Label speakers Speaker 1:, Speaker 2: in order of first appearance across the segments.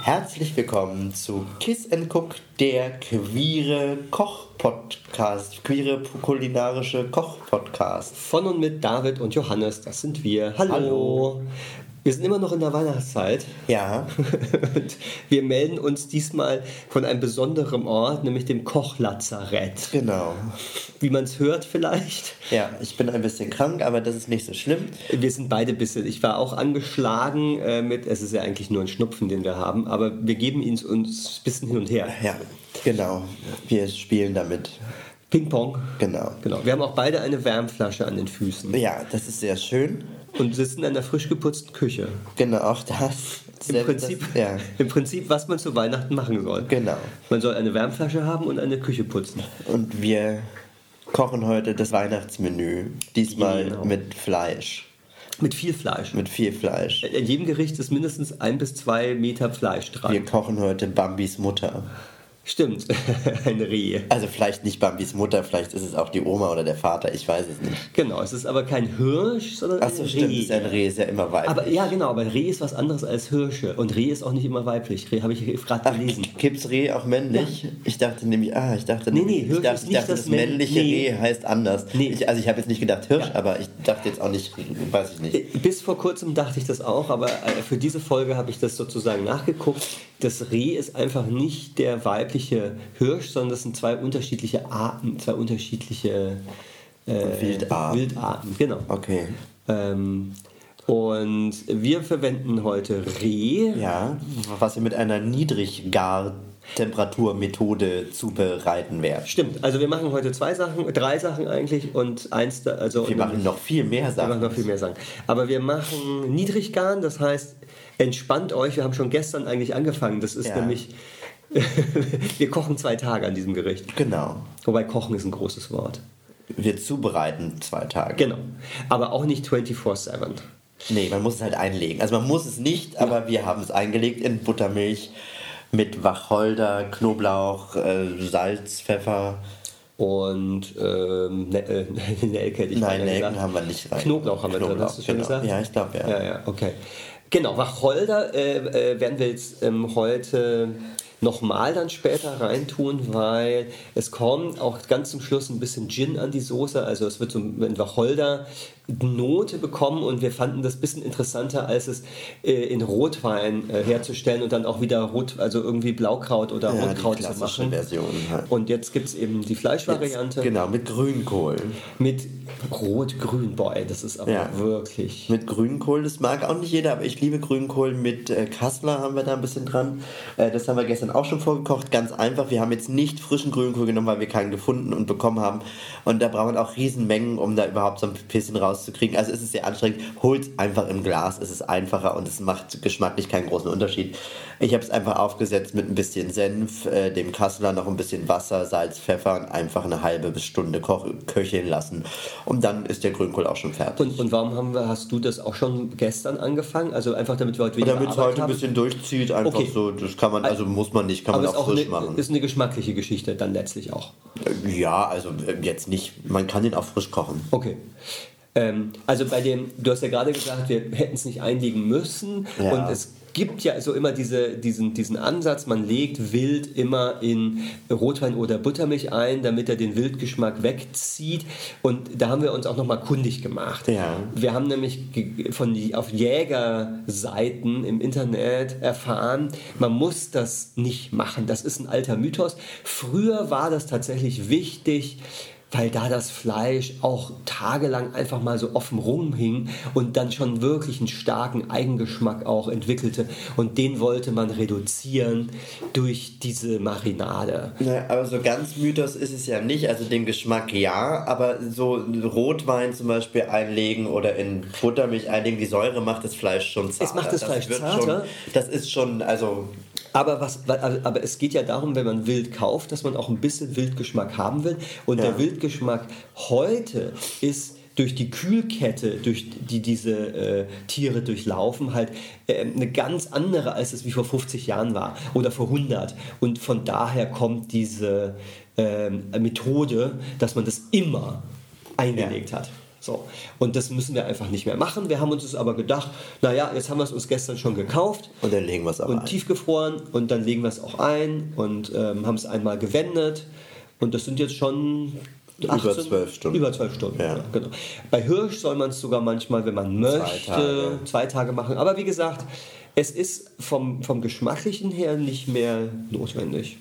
Speaker 1: Herzlich willkommen zu Kiss Cook, der queere Koch-Podcast, queere kulinarische Koch-Podcast.
Speaker 2: Von und mit David und Johannes, das sind wir. Hallo.
Speaker 1: Hallo.
Speaker 2: Wir sind immer noch in der Weihnachtszeit.
Speaker 1: Ja,
Speaker 2: und wir melden uns diesmal von einem besonderen Ort, nämlich dem Kochlazarett.
Speaker 1: genau.
Speaker 2: Wie man es hört vielleicht.
Speaker 1: Ja, ich bin ein bisschen krank, aber das ist nicht so schlimm.
Speaker 2: Wir sind beide ein bisschen, ich war auch angeschlagen äh, mit, es ist ja eigentlich nur ein Schnupfen, den wir haben, aber wir geben ihn uns ein bisschen hin und her.
Speaker 1: Ja, genau. Wir spielen damit.
Speaker 2: Ping-Pong.
Speaker 1: Genau.
Speaker 2: Genau. Wir haben auch beide eine Wärmflasche an den Füßen
Speaker 1: Ja, das ist sehr schön.
Speaker 2: und sitzen in der frisch geputzten Küche.
Speaker 1: Genau, auch das.
Speaker 2: Im Prinzip,
Speaker 1: Das, ja,
Speaker 2: Im Prinzip, was man zu Weihnachten machen soll.
Speaker 1: genau.
Speaker 2: Man soll eine Wärmflasche haben und eine Küche putzen.
Speaker 1: Und wir kochen heute das Weihnachtsmenü. Diesmal
Speaker 2: Genau.
Speaker 1: mit Fleisch.
Speaker 2: Mit viel Fleisch. Äh,
Speaker 1: Mit viel Fleisch.
Speaker 2: In jedem Gericht ist mindestens ein bis zwei Meter Fleisch dran.
Speaker 1: Wir kochen heute Bambis Mutter.
Speaker 2: Stimmt, ein Reh.
Speaker 1: Also vielleicht nicht Bambis Mutter, vielleicht ist es auch die Oma oder der Vater, ich weiß es nicht.
Speaker 2: Genau, es ist aber kein Hirsch, sondern ein
Speaker 1: Achso,
Speaker 2: Reh.
Speaker 1: stimmt, ist ein Reh, ist ja immer weiblich.
Speaker 2: aber ja, genau, aber Reh ist was anderes als Hirsche. Und Reh ist auch nicht immer weiblich. Reh habe ich gerade gelesen.
Speaker 1: Gibt's Reh auch männlich? Ich dachte nämlich, ah, ich dachte,
Speaker 2: Nee, nee,
Speaker 1: ich
Speaker 2: Hirsch
Speaker 1: dachte,
Speaker 2: ist
Speaker 1: ich
Speaker 2: nicht
Speaker 1: dachte
Speaker 2: das
Speaker 1: das
Speaker 2: Männ-
Speaker 1: männliche
Speaker 2: nee.
Speaker 1: Reh heißt anders.
Speaker 2: Nee.
Speaker 1: Ich, also ich habe jetzt nicht gedacht Hirsch,
Speaker 2: Ja.
Speaker 1: aber ich dachte jetzt auch nicht, weiß ich nicht.
Speaker 2: Bis vor kurzem dachte ich das auch, aber äh, für diese Folge habe ich das sozusagen nachgeguckt. Das Reh ist einfach nicht der weibliche Hirsch, sondern das sind zwei unterschiedliche Arten, zwei unterschiedliche äh,
Speaker 1: Wildarten.
Speaker 2: Wildarten, genau.
Speaker 1: Okay.
Speaker 2: Ähm, und wir verwenden heute Reh.
Speaker 1: Ja, was wir mit einer Niedriggartemperaturmethode zubereiten werden.
Speaker 2: Stimmt, also wir machen heute zwei Sachen, drei Sachen eigentlich und eins, da, also
Speaker 1: Wir machen noch viel mehr
Speaker 2: wir machen
Speaker 1: Sachen.
Speaker 2: noch viel mehr Sachen. Aber wir machen Niedriggaren, das heißt, entspannt euch, wir haben schon gestern eigentlich angefangen, das ist
Speaker 1: Ja.
Speaker 2: nämlich, wir kochen zwei Tage an diesem Gericht.
Speaker 1: Genau.
Speaker 2: Wobei kochen ist ein großes Wort.
Speaker 1: Wir zubereiten zwei Tage.
Speaker 2: Genau, aber auch nicht 24-7.
Speaker 1: Nee, man muss es halt einlegen. Also man muss es nicht, aber wir haben es eingelegt in Buttermilch mit Wacholder, Knoblauch, äh, Salz, Pfeffer.
Speaker 2: Und ähm, ne, äh, Nelke hätte
Speaker 1: Nein,
Speaker 2: ich beinahe
Speaker 1: Nelken
Speaker 2: gesagt.
Speaker 1: haben wir nicht rein.
Speaker 2: Knoblauch haben wir drin, hast du schon
Speaker 1: genau.
Speaker 2: gesagt?
Speaker 1: Ja, ich glaube, ja.
Speaker 2: Ja, ja, okay. Genau, Wacholder äh, äh, werden wir jetzt ähm, heute nochmal dann später reintun, weil es kommt auch ganz zum Schluss ein bisschen Gin an die Soße. Also es wird so ein Wacholder-Note bekommen und wir fanden das ein bisschen interessanter, als es äh, in Rotwein äh, herzustellen und dann auch wieder Rot, also irgendwie Blaukraut oder
Speaker 1: Ja, die
Speaker 2: Rotkraut zu
Speaker 1: klassische
Speaker 2: machen.
Speaker 1: Version halt.
Speaker 2: Und jetzt gibt es eben die Fleischvariante
Speaker 1: Genau, mit Grünkohl.
Speaker 2: mit Rot-Grün. Boah, ey, das ist aber
Speaker 1: Ja.
Speaker 2: wirklich...
Speaker 1: Mit Grünkohl, das mag auch nicht jeder, aber ich liebe Grünkohl. Mit äh, Kassler haben wir da ein bisschen dran. Äh, das haben wir gestern auch schon vorgekocht, ganz einfach. Wir haben jetzt nicht frischen Grünkohl genommen, weil wir keinen gefunden und bekommen haben. Und da braucht man auch Riesenmengen, um da überhaupt so ein bisschen rauszukriegen. Also es ist sehr anstrengend. Holt einfach im Glas, es ist einfacher und es macht geschmacklich keinen großen Unterschied. Ich habe es einfach aufgesetzt mit ein bisschen Senf, äh, dem Kassler noch ein bisschen Wasser, Salz, Pfeffer und einfach eine halbe Stunde koch köcheln lassen. Und dann ist der Grünkohl auch schon fertig.
Speaker 2: Und, und warum haben wir, hast du das auch schon gestern angefangen? Also einfach damit wir heute weniger
Speaker 1: Damit es
Speaker 2: Arbeit
Speaker 1: heute ein
Speaker 2: haben?
Speaker 1: bisschen durchzieht, einfach
Speaker 2: Okay.
Speaker 1: so, das kann man, also muss man nicht, kann
Speaker 2: aber
Speaker 1: man
Speaker 2: es ist
Speaker 1: auch
Speaker 2: auch
Speaker 1: frisch
Speaker 2: eine,
Speaker 1: machen.
Speaker 2: ist eine geschmackliche Geschichte dann letztlich auch.
Speaker 1: Ja, also äh, jetzt nicht, man kann den auch frisch kochen.
Speaker 2: Okay. Ähm, also bei dem, du hast ja gerade gesagt, wir hätten es nicht einlegen müssen.
Speaker 1: Ja.
Speaker 2: Und es gibt ja so immer diese, diesen, diesen Ansatz, man legt Wild immer in Rotwein oder Buttermilch ein, damit er den Wildgeschmack wegzieht. Und da haben wir uns auch nochmal kundig gemacht.
Speaker 1: Ja.
Speaker 2: Wir haben nämlich ge- von, auf Jägerseiten im Internet erfahren, man muss das nicht machen. Das ist ein alter Mythos. Früher war das tatsächlich wichtig, weil da das Fleisch auch tagelang einfach mal so offen rumhing und dann schon wirklich einen starken Eigengeschmack auch entwickelte. Und den wollte man reduzieren durch diese Marinade.
Speaker 1: Naja, aber so ganz Mythos ist es ja nicht, also den Geschmack ja, aber so Rotwein zum Beispiel einlegen oder in Buttermilch einlegen, die Säure macht das Fleisch schon zarter.
Speaker 2: macht das Fleisch
Speaker 1: wird
Speaker 2: zarter.
Speaker 1: Schon, das ist schon, also
Speaker 2: Aber, was, wa- aber aber es geht ja darum, wenn man wild kauft, dass man auch ein bisschen Wildgeschmack haben will. Und
Speaker 1: Ja.
Speaker 2: der Wildgeschmack heute ist durch die Kühlkette, durch die diese äh, Tiere durchlaufen, halt äh, eine ganz andere, als es wie vor 50 Jahren war oder vor 100. Und von daher kommt diese ähm, Methode, dass man das immer eingelegt hat. So. Und das müssen wir einfach nicht mehr machen. Wir haben uns es aber gedacht, naja, jetzt haben wir es uns gestern schon gekauft
Speaker 1: Und dann legen wir es aber
Speaker 2: und
Speaker 1: ein.
Speaker 2: tiefgefroren und dann legen wir es auch ein und ähm, haben es einmal gewendet. Und das sind jetzt schon.
Speaker 1: Über zwölf Stunden.
Speaker 2: Über zwölf Stunden,
Speaker 1: Ja.
Speaker 2: ja. genau. Bei Hirsch soll man es sogar manchmal, wenn man möchte,
Speaker 1: Tage.
Speaker 2: zwei Tage machen. Aber wie gesagt, es ist vom, vom Geschmacklichen her nicht mehr notwendig.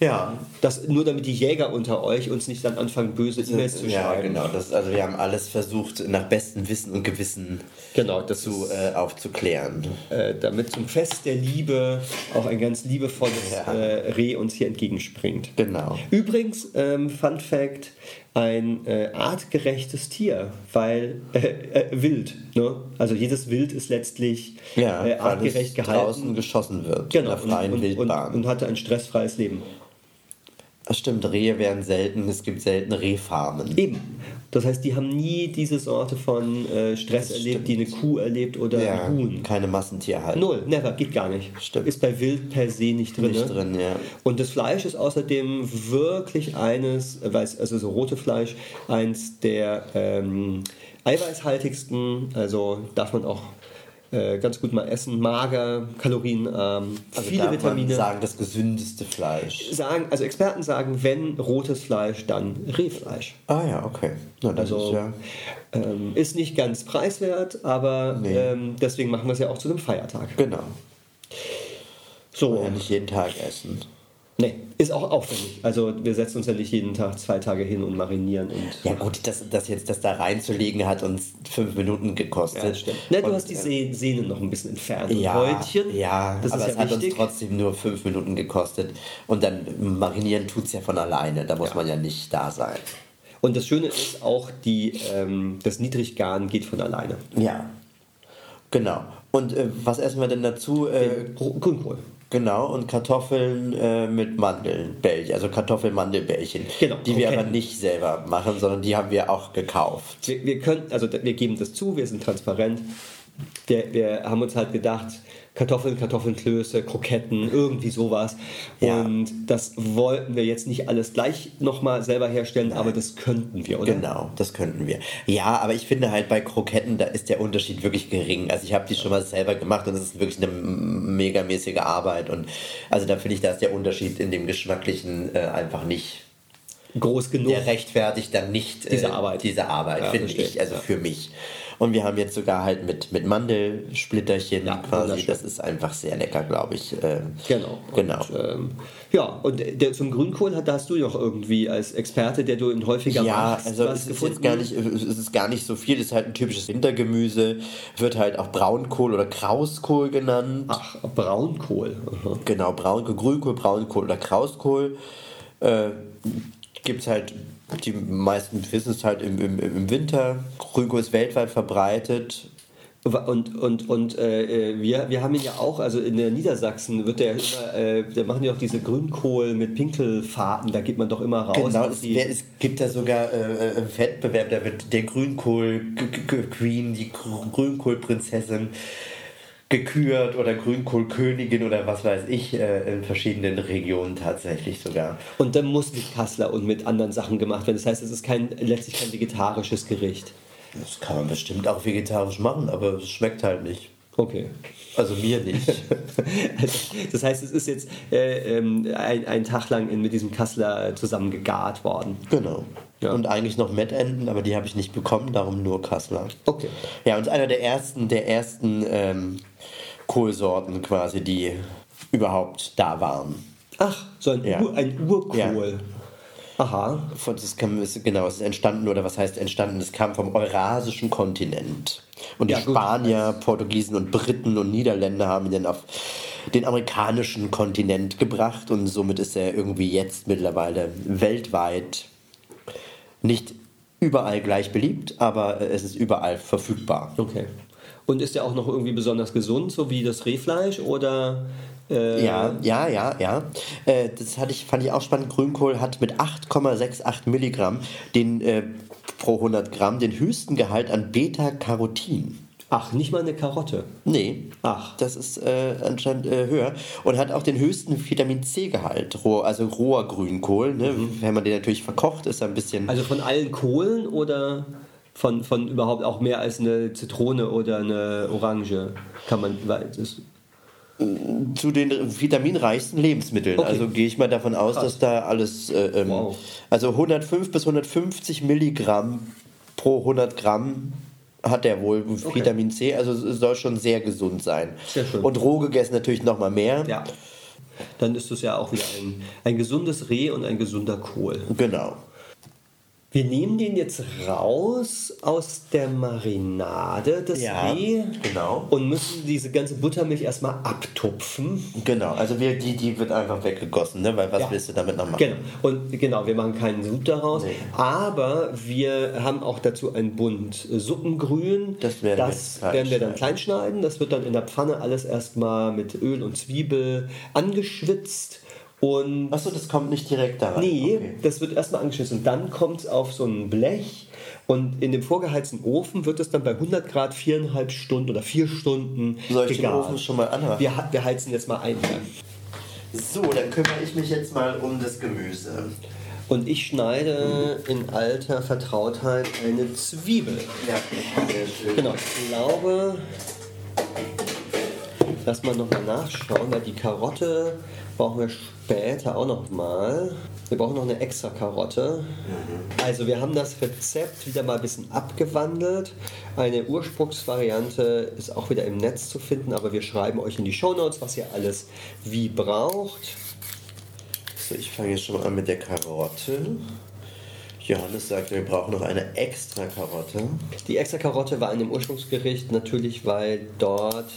Speaker 1: Ja,
Speaker 2: Das, nur damit die Jäger unter euch uns nicht dann anfangen, böse E-Mails zu
Speaker 1: ja
Speaker 2: schreiben.
Speaker 1: genau. Das, also wir haben alles versucht, nach bestem Wissen und Gewissen
Speaker 2: Genau, das
Speaker 1: zu,
Speaker 2: ist,
Speaker 1: äh, aufzuklären.
Speaker 2: äh, damit zum Fest der Liebe auch ein ganz liebevolles
Speaker 1: Ja.
Speaker 2: äh, Reh uns hier entgegenspringt.
Speaker 1: Genau.
Speaker 2: Übrigens, ähm, Fun Fact, ein äh, artgerechtes Tier, weil äh, äh, wild, ne? Also jedes Wild ist letztlich
Speaker 1: Ja,
Speaker 2: äh,
Speaker 1: weil es
Speaker 2: artgerecht gehalten.
Speaker 1: draußen geschossen wird.
Speaker 2: Genau,
Speaker 1: In der freien
Speaker 2: und, und,
Speaker 1: Wildbahn.
Speaker 2: und hatte ein stressfreies Leben.
Speaker 1: das stimmt, Rehe werden selten. Es gibt selten Rehfarmen.
Speaker 2: Eben. Das heißt, die haben nie diese Sorte von äh, Stress erlebt, die eine Kuh erlebt oder
Speaker 1: Ja,
Speaker 2: ein Huhn.
Speaker 1: keine Massentierhaltung.
Speaker 2: Null, never, geht gar nicht.
Speaker 1: Stimmt.
Speaker 2: Ist bei Wild per se nicht drin.
Speaker 1: Nicht
Speaker 2: ne?
Speaker 1: drin, ja.
Speaker 2: Und das Fleisch ist außerdem wirklich eines, äh, weiß- also so rote Fleisch, eins der ähm, eiweißhaltigsten, also darf man auch äh, ganz gut mal essen, mager, kalorienarm,
Speaker 1: Also
Speaker 2: viele
Speaker 1: darf man
Speaker 2: Vitamine.
Speaker 1: sagen, das gesündeste Fleisch.
Speaker 2: Sagen, also Experten sagen, wenn rotes Fleisch, dann Rehfleisch.
Speaker 1: Ah ja, okay. Na, das
Speaker 2: Also
Speaker 1: ist ja.
Speaker 2: ähm, ist nicht ganz preiswert, aber
Speaker 1: Nee.
Speaker 2: ähm, deswegen machen wir es ja auch zu einem Feiertag.
Speaker 1: Genau.
Speaker 2: So,
Speaker 1: Ja, nicht jeden Tag essen.
Speaker 2: nee, ist auch aufwendig. Also wir setzen uns ja nicht jeden Tag zwei Tage hin und marinieren und
Speaker 1: Ja gut, das, das jetzt das da reinzulegen hat uns fünf Minuten gekostet.
Speaker 2: Ja, stimmt. Ne, du
Speaker 1: Und,
Speaker 2: hast die
Speaker 1: äh,
Speaker 2: Se- Sehnen noch ein bisschen entfernt. Und
Speaker 1: ja,
Speaker 2: Häutchen,
Speaker 1: ja,
Speaker 2: das
Speaker 1: aber
Speaker 2: ist
Speaker 1: es
Speaker 2: ja
Speaker 1: hat
Speaker 2: wichtig.
Speaker 1: uns trotzdem nur fünf Minuten gekostet. Und dann marinieren tut es ja von alleine. Da muss man ja nicht da sein.
Speaker 2: Und das Schöne ist auch, die, ähm, das Niedriggaren geht von alleine.
Speaker 1: Ja, genau. Und äh, was essen wir denn dazu? Äh,
Speaker 2: Gr- Grünkohl.
Speaker 1: Genau, und Kartoffeln äh, mit Mandeln, Bällchen, also Kartoffelmandelbällchen.
Speaker 2: Genau,
Speaker 1: Die wir
Speaker 2: okay.
Speaker 1: aber nicht selber machen, sondern die haben wir auch gekauft.
Speaker 2: Wir, wir können, also d- wir geben das zu, wir sind transparent. Wir, wir haben uns halt gedacht, Kartoffeln, Kartoffelklöße, Kroketten, irgendwie sowas.
Speaker 1: Ja.
Speaker 2: Und das wollten wir jetzt nicht alles gleich nochmal selber herstellen, aber das könnten wir, oder?
Speaker 1: Genau, das könnten wir. Ja, aber ich finde halt bei Kroketten, da ist der Unterschied wirklich gering. Also ich habe die schon mal selber gemacht und es ist wirklich eine m- megamäßige Arbeit. Und also da finde ich, da ist der Unterschied in dem Geschmacklichen äh, einfach nicht.
Speaker 2: Groß genug.
Speaker 1: Der rechtfertigt dann nicht äh,
Speaker 2: Diese Arbeit.
Speaker 1: Diese Arbeit,
Speaker 2: Ja,
Speaker 1: finde
Speaker 2: verstehe.
Speaker 1: ich, also
Speaker 2: Ja.
Speaker 1: für mich. Und wir haben jetzt sogar halt mit, mit Mandelsplitterchen
Speaker 2: Ja,
Speaker 1: quasi.
Speaker 2: wunderschön.
Speaker 1: Das ist einfach sehr lecker, glaube ich. Ähm,
Speaker 2: Genau.
Speaker 1: Genau.
Speaker 2: Und, ähm, ja, und der, zum Grünkohl hat, da hast du noch irgendwie als Experte, der du in häufiger
Speaker 1: Ja,
Speaker 2: machst,
Speaker 1: also
Speaker 2: was
Speaker 1: es ist
Speaker 2: gefunden.
Speaker 1: jetzt gar nicht, es ist gar nicht so viel. Es ist halt ein typisches Wintergemüse, wird halt auch Braunkohl oder Krauskohl genannt.
Speaker 2: Ach, Braunkohl. Aha.
Speaker 1: Genau, Braunkohl, Grünkohl, Braunkohl oder Krauskohl. Äh, Gibt es halt, die meisten wissen es halt im, im, im Winter. Grünkohl ist weltweit verbreitet.
Speaker 2: Und, und, und äh, äh, wir, wir haben ihn ja auch, also in der Niedersachsen wird der immer, äh, da machen die auch diese Grünkohl mit Pinkelfahrten, da geht man doch immer raus.
Speaker 1: Genau,
Speaker 2: auf
Speaker 1: es,
Speaker 2: die-
Speaker 1: wär, es gibt da sogar äh, einen Wettbewerb, da wird der Grünkohl-Queen, die Gr- Grünkohl-Prinzessin gekürt oder Grünkohl-Königin oder was weiß ich, äh, in verschiedenen Regionen tatsächlich sogar.
Speaker 2: und dann muss mit Kassler und mit anderen Sachen gemacht werden. Das heißt, es ist kein, letztlich kein vegetarisches Gericht.
Speaker 1: Das kann man bestimmt auch vegetarisch machen, aber es schmeckt halt nicht.
Speaker 2: Okay.
Speaker 1: Also mir nicht.
Speaker 2: Also, das heißt, es ist jetzt äh, ähm, ein, ein Tag lang in, mit diesem Kassler zusammengegart worden.
Speaker 1: genau.
Speaker 2: Ja.
Speaker 1: Und eigentlich noch Mettenten, aber die habe ich nicht bekommen, darum nur Kassler.
Speaker 2: Okay.
Speaker 1: Ja, und einer der ersten, der ersten ähm, Kohlsorten quasi, die überhaupt da waren.
Speaker 2: Ach, so ein,
Speaker 1: Ja.
Speaker 2: Ur, ein Urkohl.
Speaker 1: Ja.
Speaker 2: Aha.
Speaker 1: Von- Das kam, es- genau, es ist entstanden, oder was heißt entstanden? Es kam vom eurasischen Kontinent. Und die
Speaker 2: Ja, gut.
Speaker 1: Spanier, Portugiesen und Briten und Niederländer haben ihn dann auf den amerikanischen Kontinent gebracht und somit ist er irgendwie jetzt mittlerweile weltweit nicht überall gleich beliebt, aber äh, es ist überall verfügbar.
Speaker 2: Okay. Und ist der auch noch irgendwie besonders gesund, so wie das Rehfleisch oder? Äh,
Speaker 1: Ja, ja, ja, ja. Äh, das hatte ich, fand ich auch spannend. Grünkohl hat mit 8,68 Milligramm den, äh, pro 100 Gramm den höchsten Gehalt an Beta-Carotin.
Speaker 2: Ach, nicht mal eine Karotte.
Speaker 1: Nee,
Speaker 2: Ach.
Speaker 1: das ist äh, anscheinend äh, höher und hat auch den höchsten Vitamin C-Gehalt, roh, also roher Grünkohl. Ne? Wenn man den natürlich verkocht, ist er ein bisschen
Speaker 2: Also von allen Kohlen oder? von, von überhaupt auch mehr als eine Zitrone oder eine Orange. Kann man, weil das,
Speaker 1: zu den vitaminreichsten Lebensmitteln.
Speaker 2: Okay.
Speaker 1: Also gehe ich mal davon aus, dass da alles, äh, ähm,
Speaker 2: Wow.
Speaker 1: also 105 bis 150 Milligramm pro 100 Gramm hat er wohl Vitamin C. Also es soll schon sehr gesund sein.
Speaker 2: Sehr schön.
Speaker 1: Und roh gegessen natürlich nochmal mehr.
Speaker 2: ja. Dann ist es ja auch wieder ein, ein gesundes Reh und ein gesunder Kohl.
Speaker 1: Genau.
Speaker 2: Wir nehmen den jetzt raus aus der Marinade, das
Speaker 1: Ja,
Speaker 2: Reh,
Speaker 1: genau.
Speaker 2: und müssen diese ganze Buttermilch erstmal abtupfen.
Speaker 1: Genau. Also wir, die, die wird einfach weggegossen, ne? weil was
Speaker 2: Ja.
Speaker 1: willst du damit noch machen?
Speaker 2: Genau. Und genau, wir machen keinen Sud daraus,
Speaker 1: Nee.
Speaker 2: aber wir haben auch dazu einen Bund äh, Suppengrün.
Speaker 1: Das werden wir klein
Speaker 2: werden wir dann
Speaker 1: schneiden.
Speaker 2: klein schneiden. Das wird dann in der Pfanne alles erstmal mit Öl und Zwiebel angeschwitzt und
Speaker 1: Achso, das kommt nicht direkt da rein.
Speaker 2: Nee,
Speaker 1: Okay.
Speaker 2: das wird erstmal angeschnitten und dann kommt es auf so ein Blech und in dem vorgeheizten Ofen wird es dann bei 100 Grad viereinhalb Stunden oder vier Stunden
Speaker 1: Soll ich den
Speaker 2: gegart.
Speaker 1: Ofen schon mal anmachen?
Speaker 2: Wir, ha- wir heizen jetzt mal ein. hier.
Speaker 1: So, dann kümmere ich mich jetzt mal um das Gemüse.
Speaker 2: Und ich schneide in alter Vertrautheit eine Zwiebel.
Speaker 1: Ja, sehr schön.
Speaker 2: Genau, ich glaube, lass mal nochmal nachschauen, weil die Karotte brauchen wir später auch nochmal. Wir brauchen noch eine extra Karotte. Also wir haben das Rezept wieder mal ein bisschen abgewandelt. Eine Ursprungsvariante ist auch wieder im Netz zu finden, aber wir schreiben euch in die Shownotes, was ihr alles wie braucht.
Speaker 1: So, ich fange jetzt schon mal an mit der Karotte. Johannes sagt, wir brauchen noch eine extra Karotte.
Speaker 2: Die extra Karotte war in dem Ursprungsgericht natürlich, weil dort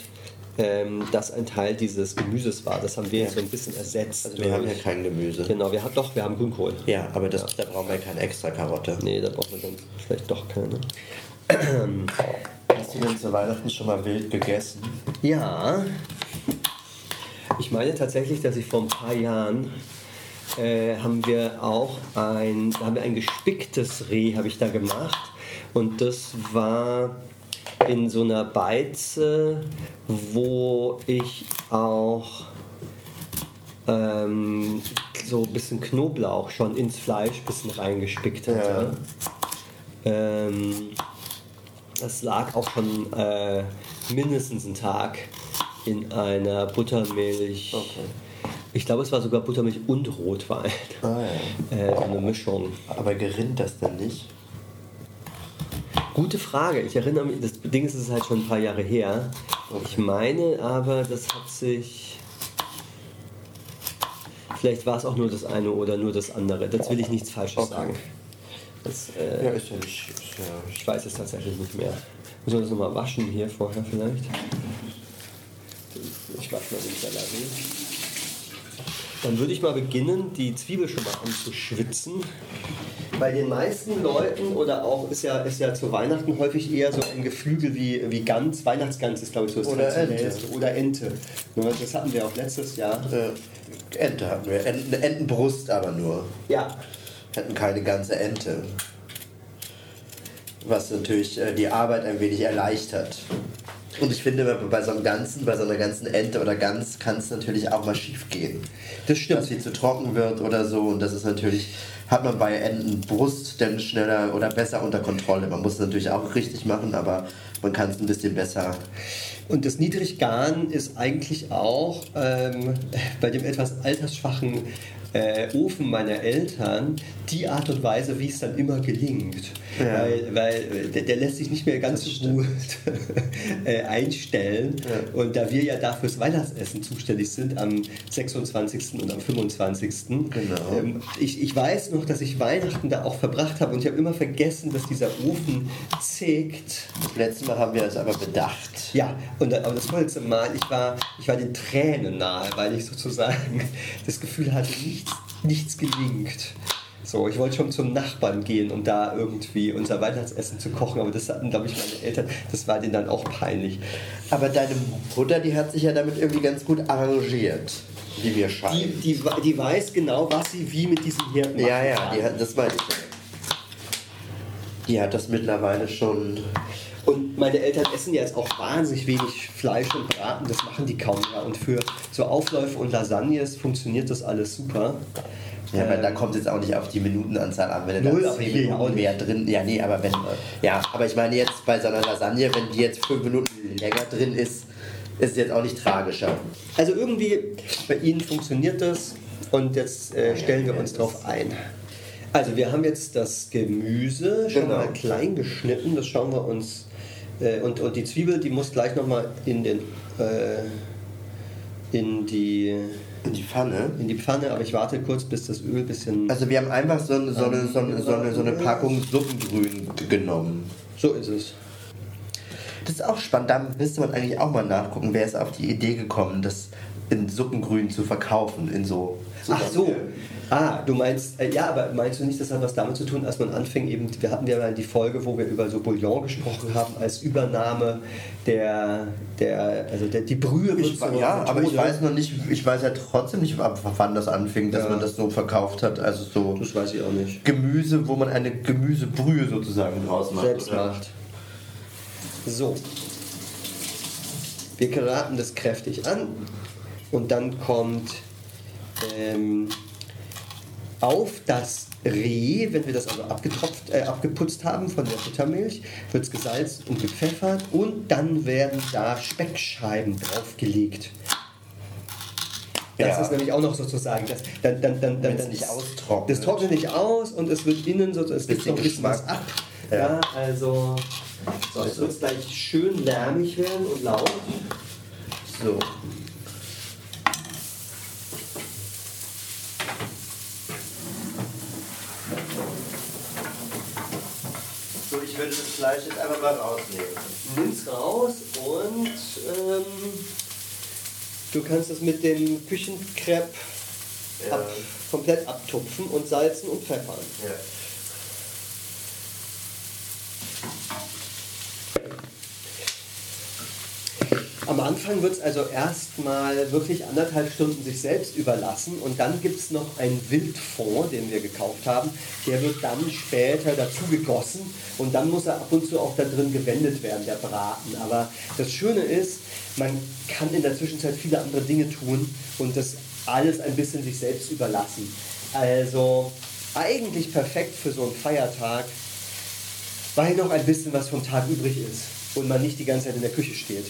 Speaker 2: ähm, das ein Teil dieses Gemüses war. Das haben wir jetzt so ein bisschen ersetzt.
Speaker 1: Also wir haben ja
Speaker 2: durch-
Speaker 1: kein Gemüse.
Speaker 2: genau, wir haben doch, wir haben Grünkohl.
Speaker 1: Ja, aber das, da brauchen wir keine extra Karotte.
Speaker 2: Nee, da brauchen wir dann vielleicht doch keine.
Speaker 1: Hast du denn zu Weihnachten schon mal wild gegessen?
Speaker 2: Ja. Ich meine tatsächlich, dass ich vor ein paar Jahren äh, haben wir auch ein, da haben wir ein gespicktes Reh habe ich da gemacht und das war in so einer Beize, wo ich auch ähm, so ein bisschen Knoblauch schon ins Fleisch ein bisschen reingespickt hatte. Ähm, das lag auch schon äh, mindestens einen Tag in einer Buttermilch. Ich glaube, es war sogar Buttermilch und Rotwein.
Speaker 1: Ah, ja.
Speaker 2: Äh, so eine Mischung.
Speaker 1: Aber gerinnt das denn nicht?
Speaker 2: Gute Frage. Ich erinnere mich, das Ding ist, es ist halt schon ein paar Jahre her. Ich meine aber, das hat sich. Vielleicht war es auch nur das eine oder nur das andere. Das will ich nichts Falsches
Speaker 1: Okay.
Speaker 2: sagen. Das, äh,
Speaker 1: Ja, ist ja nicht. Ist ja
Speaker 2: Ich weiß es tatsächlich nicht mehr. Müssen wir das nochmal waschen hier vorher vielleicht? Ich wasche mal den Teller hin. Dann würde ich mal beginnen, die Zwiebel schon mal anzuschwitzen. Bei den meisten Leuten oder auch ist ja, ist ja zu Weihnachten häufig eher so ein Geflügel wie, wie Gans. Weihnachtsgans ist, glaube ich, so das
Speaker 1: Oder Ente.
Speaker 2: traditionellste. Oder Ente. Ne, Das hatten wir auch letztes Jahr.
Speaker 1: äh, Ente hatten wir. Enten, Entenbrust aber nur.
Speaker 2: Ja,
Speaker 1: Wir hatten keine ganze Ente. Was natürlich äh, die Arbeit ein wenig erleichtert. Und ich finde, bei- bei so einem ganzen, bei so einer ganzen Ente oder Gans kann es natürlich auch mal schief gehen. Das stimmt. Dass sie zu trocken wird oder so. Und das ist natürlich, hat man bei Entenbrust dann schneller oder besser unter Kontrolle. Man muss es natürlich auch richtig machen, aber man kann es ein bisschen besser.
Speaker 2: Und das Niedriggarn ist eigentlich auch ähm, bei dem etwas altersschwachen äh, Ofen meiner Eltern die Art und Weise, wie es dann immer gelingt.
Speaker 1: Ja.
Speaker 2: Weil, weil äh, der, der lässt sich nicht mehr ganz so gut äh, einstellen. Und da wir ja dafür das Weihnachtsessen zuständig sind, am 26. und am 25.
Speaker 1: Genau.
Speaker 2: Ähm, ich, ich weiß noch, dass ich Weihnachten da auch verbracht habe und ich habe immer vergessen, dass dieser Ofen zägt.
Speaker 1: Das letzte Mal haben wir das aber bedacht.
Speaker 2: Ja, und dann, aber das tollste Mal, ich war, ich war den Tränen nahe, weil ich sozusagen das Gefühl hatte, nichts, nichts gelingt. So, ich wollte schon zum Nachbarn gehen, um da irgendwie unser Weihnachtsessen zu kochen, aber das hatten, glaube ich, meine Eltern, das war denen dann auch peinlich.
Speaker 1: Aber deine Mutter, die hat sich ja damit irgendwie ganz gut arrangiert, wie mir scheint.
Speaker 2: Die, die, die weiß genau, was sie wie mit diesem Herd macht.
Speaker 1: Ja, ja, die hat, das meinte ich. ja. Die hat das mittlerweile schon.
Speaker 2: Und meine Eltern essen ja jetzt auch wahnsinnig wenig Fleisch und Braten, das machen die kaum mehr. Und für so Aufläufe und Lasagnes funktioniert das alles super.
Speaker 1: Ja, aber da kommt jetzt auch nicht auf die Minutenanzahl an, wenn du
Speaker 2: Null,
Speaker 1: da
Speaker 2: aber
Speaker 1: zehn
Speaker 2: hier ja auch
Speaker 1: Minuten mehr drin. Ja, nee, aber wenn. Ja, aber ich meine jetzt bei so einer Lasagne, wenn die jetzt fünf Minuten länger drin ist, ist es jetzt auch nicht tragischer.
Speaker 2: Also irgendwie bei Ihnen funktioniert das und jetzt äh, stellen wir uns drauf ein. Also wir haben jetzt das Gemüse schon
Speaker 1: Genau.
Speaker 2: mal klein geschnitten, das schauen wir uns äh, und, und die Zwiebel, die muss gleich nochmal in den äh, in die
Speaker 1: In die Pfanne.
Speaker 2: in die Pfanne, aber ich warte kurz, bis das Öl ein bisschen
Speaker 1: Also wir haben einfach so eine, so eine, so eine, so eine, so eine Packung Suppengrün g- genommen.
Speaker 2: so ist es.
Speaker 1: Das ist auch spannend, da müsste man eigentlich auch mal nachgucken, wer ist auf die Idee gekommen, das in Suppengrün zu verkaufen, in so...
Speaker 2: Ach so. Ah, du meinst, äh, ja, aber meinst du nicht, das hat was damit zu tun, als man anfing, eben, wir hatten ja mal die Folge, wo wir über so Bouillon gesprochen haben, als Übernahme der, der also der, die Brühe wird
Speaker 1: Ich,
Speaker 2: zur
Speaker 1: ja, aber ich
Speaker 2: Methode.
Speaker 1: weiß noch nicht, ich weiß ja trotzdem nicht, ab wann das anfing, dass
Speaker 2: Ja.
Speaker 1: man das so verkauft hat. Also so
Speaker 2: Das weiß ich auch nicht.
Speaker 1: Gemüse, wo man eine Gemüsebrühe sozusagen draus macht.
Speaker 2: Selbst
Speaker 1: oder?
Speaker 2: macht. So. Wir geraten das kräftig an und dann kommt ähm, auf das Reh, wenn wir das also abgetropft, äh, abgeputzt haben von der Buttermilch, wird es gesalzt und gepfeffert und dann werden da Speckscheiben draufgelegt. Das
Speaker 1: Ja.
Speaker 2: ist nämlich auch noch sozusagen, das, dann, dann, dann, dann,
Speaker 1: Wenn's
Speaker 2: dann
Speaker 1: nicht austrocknet.
Speaker 2: Das trocknet nicht aus und es wird innen so, es gibt
Speaker 1: Bisschen
Speaker 2: noch ein bisschen was
Speaker 1: Geschmack.
Speaker 2: ab.
Speaker 1: Ja.
Speaker 2: Ja, also so, es wird gleich schön lärmig werden und laut.
Speaker 1: So. So, ich würde das Fleisch jetzt einfach mal rausnehmen.
Speaker 2: Nimm's raus und ähm, du kannst es mit dem Küchenkrepp
Speaker 1: Ja.
Speaker 2: ab, komplett abtupfen und salzen und pfeffern.
Speaker 1: Ja.
Speaker 2: Am Anfang wird es also erstmal wirklich anderthalb Stunden sich selbst überlassen und dann gibt es noch einen Wildfond, den wir gekauft haben. Der wird dann später dazu gegossen und dann muss er ab und zu auch da drin gewendet werden, der Braten. Aber das Schöne ist, man kann in der Zwischenzeit viele andere Dinge tun und das alles ein bisschen sich selbst überlassen. Also eigentlich perfekt für so einen Feiertag, weil noch ein bisschen was vom Tag übrig ist und man nicht die ganze Zeit in der Küche steht.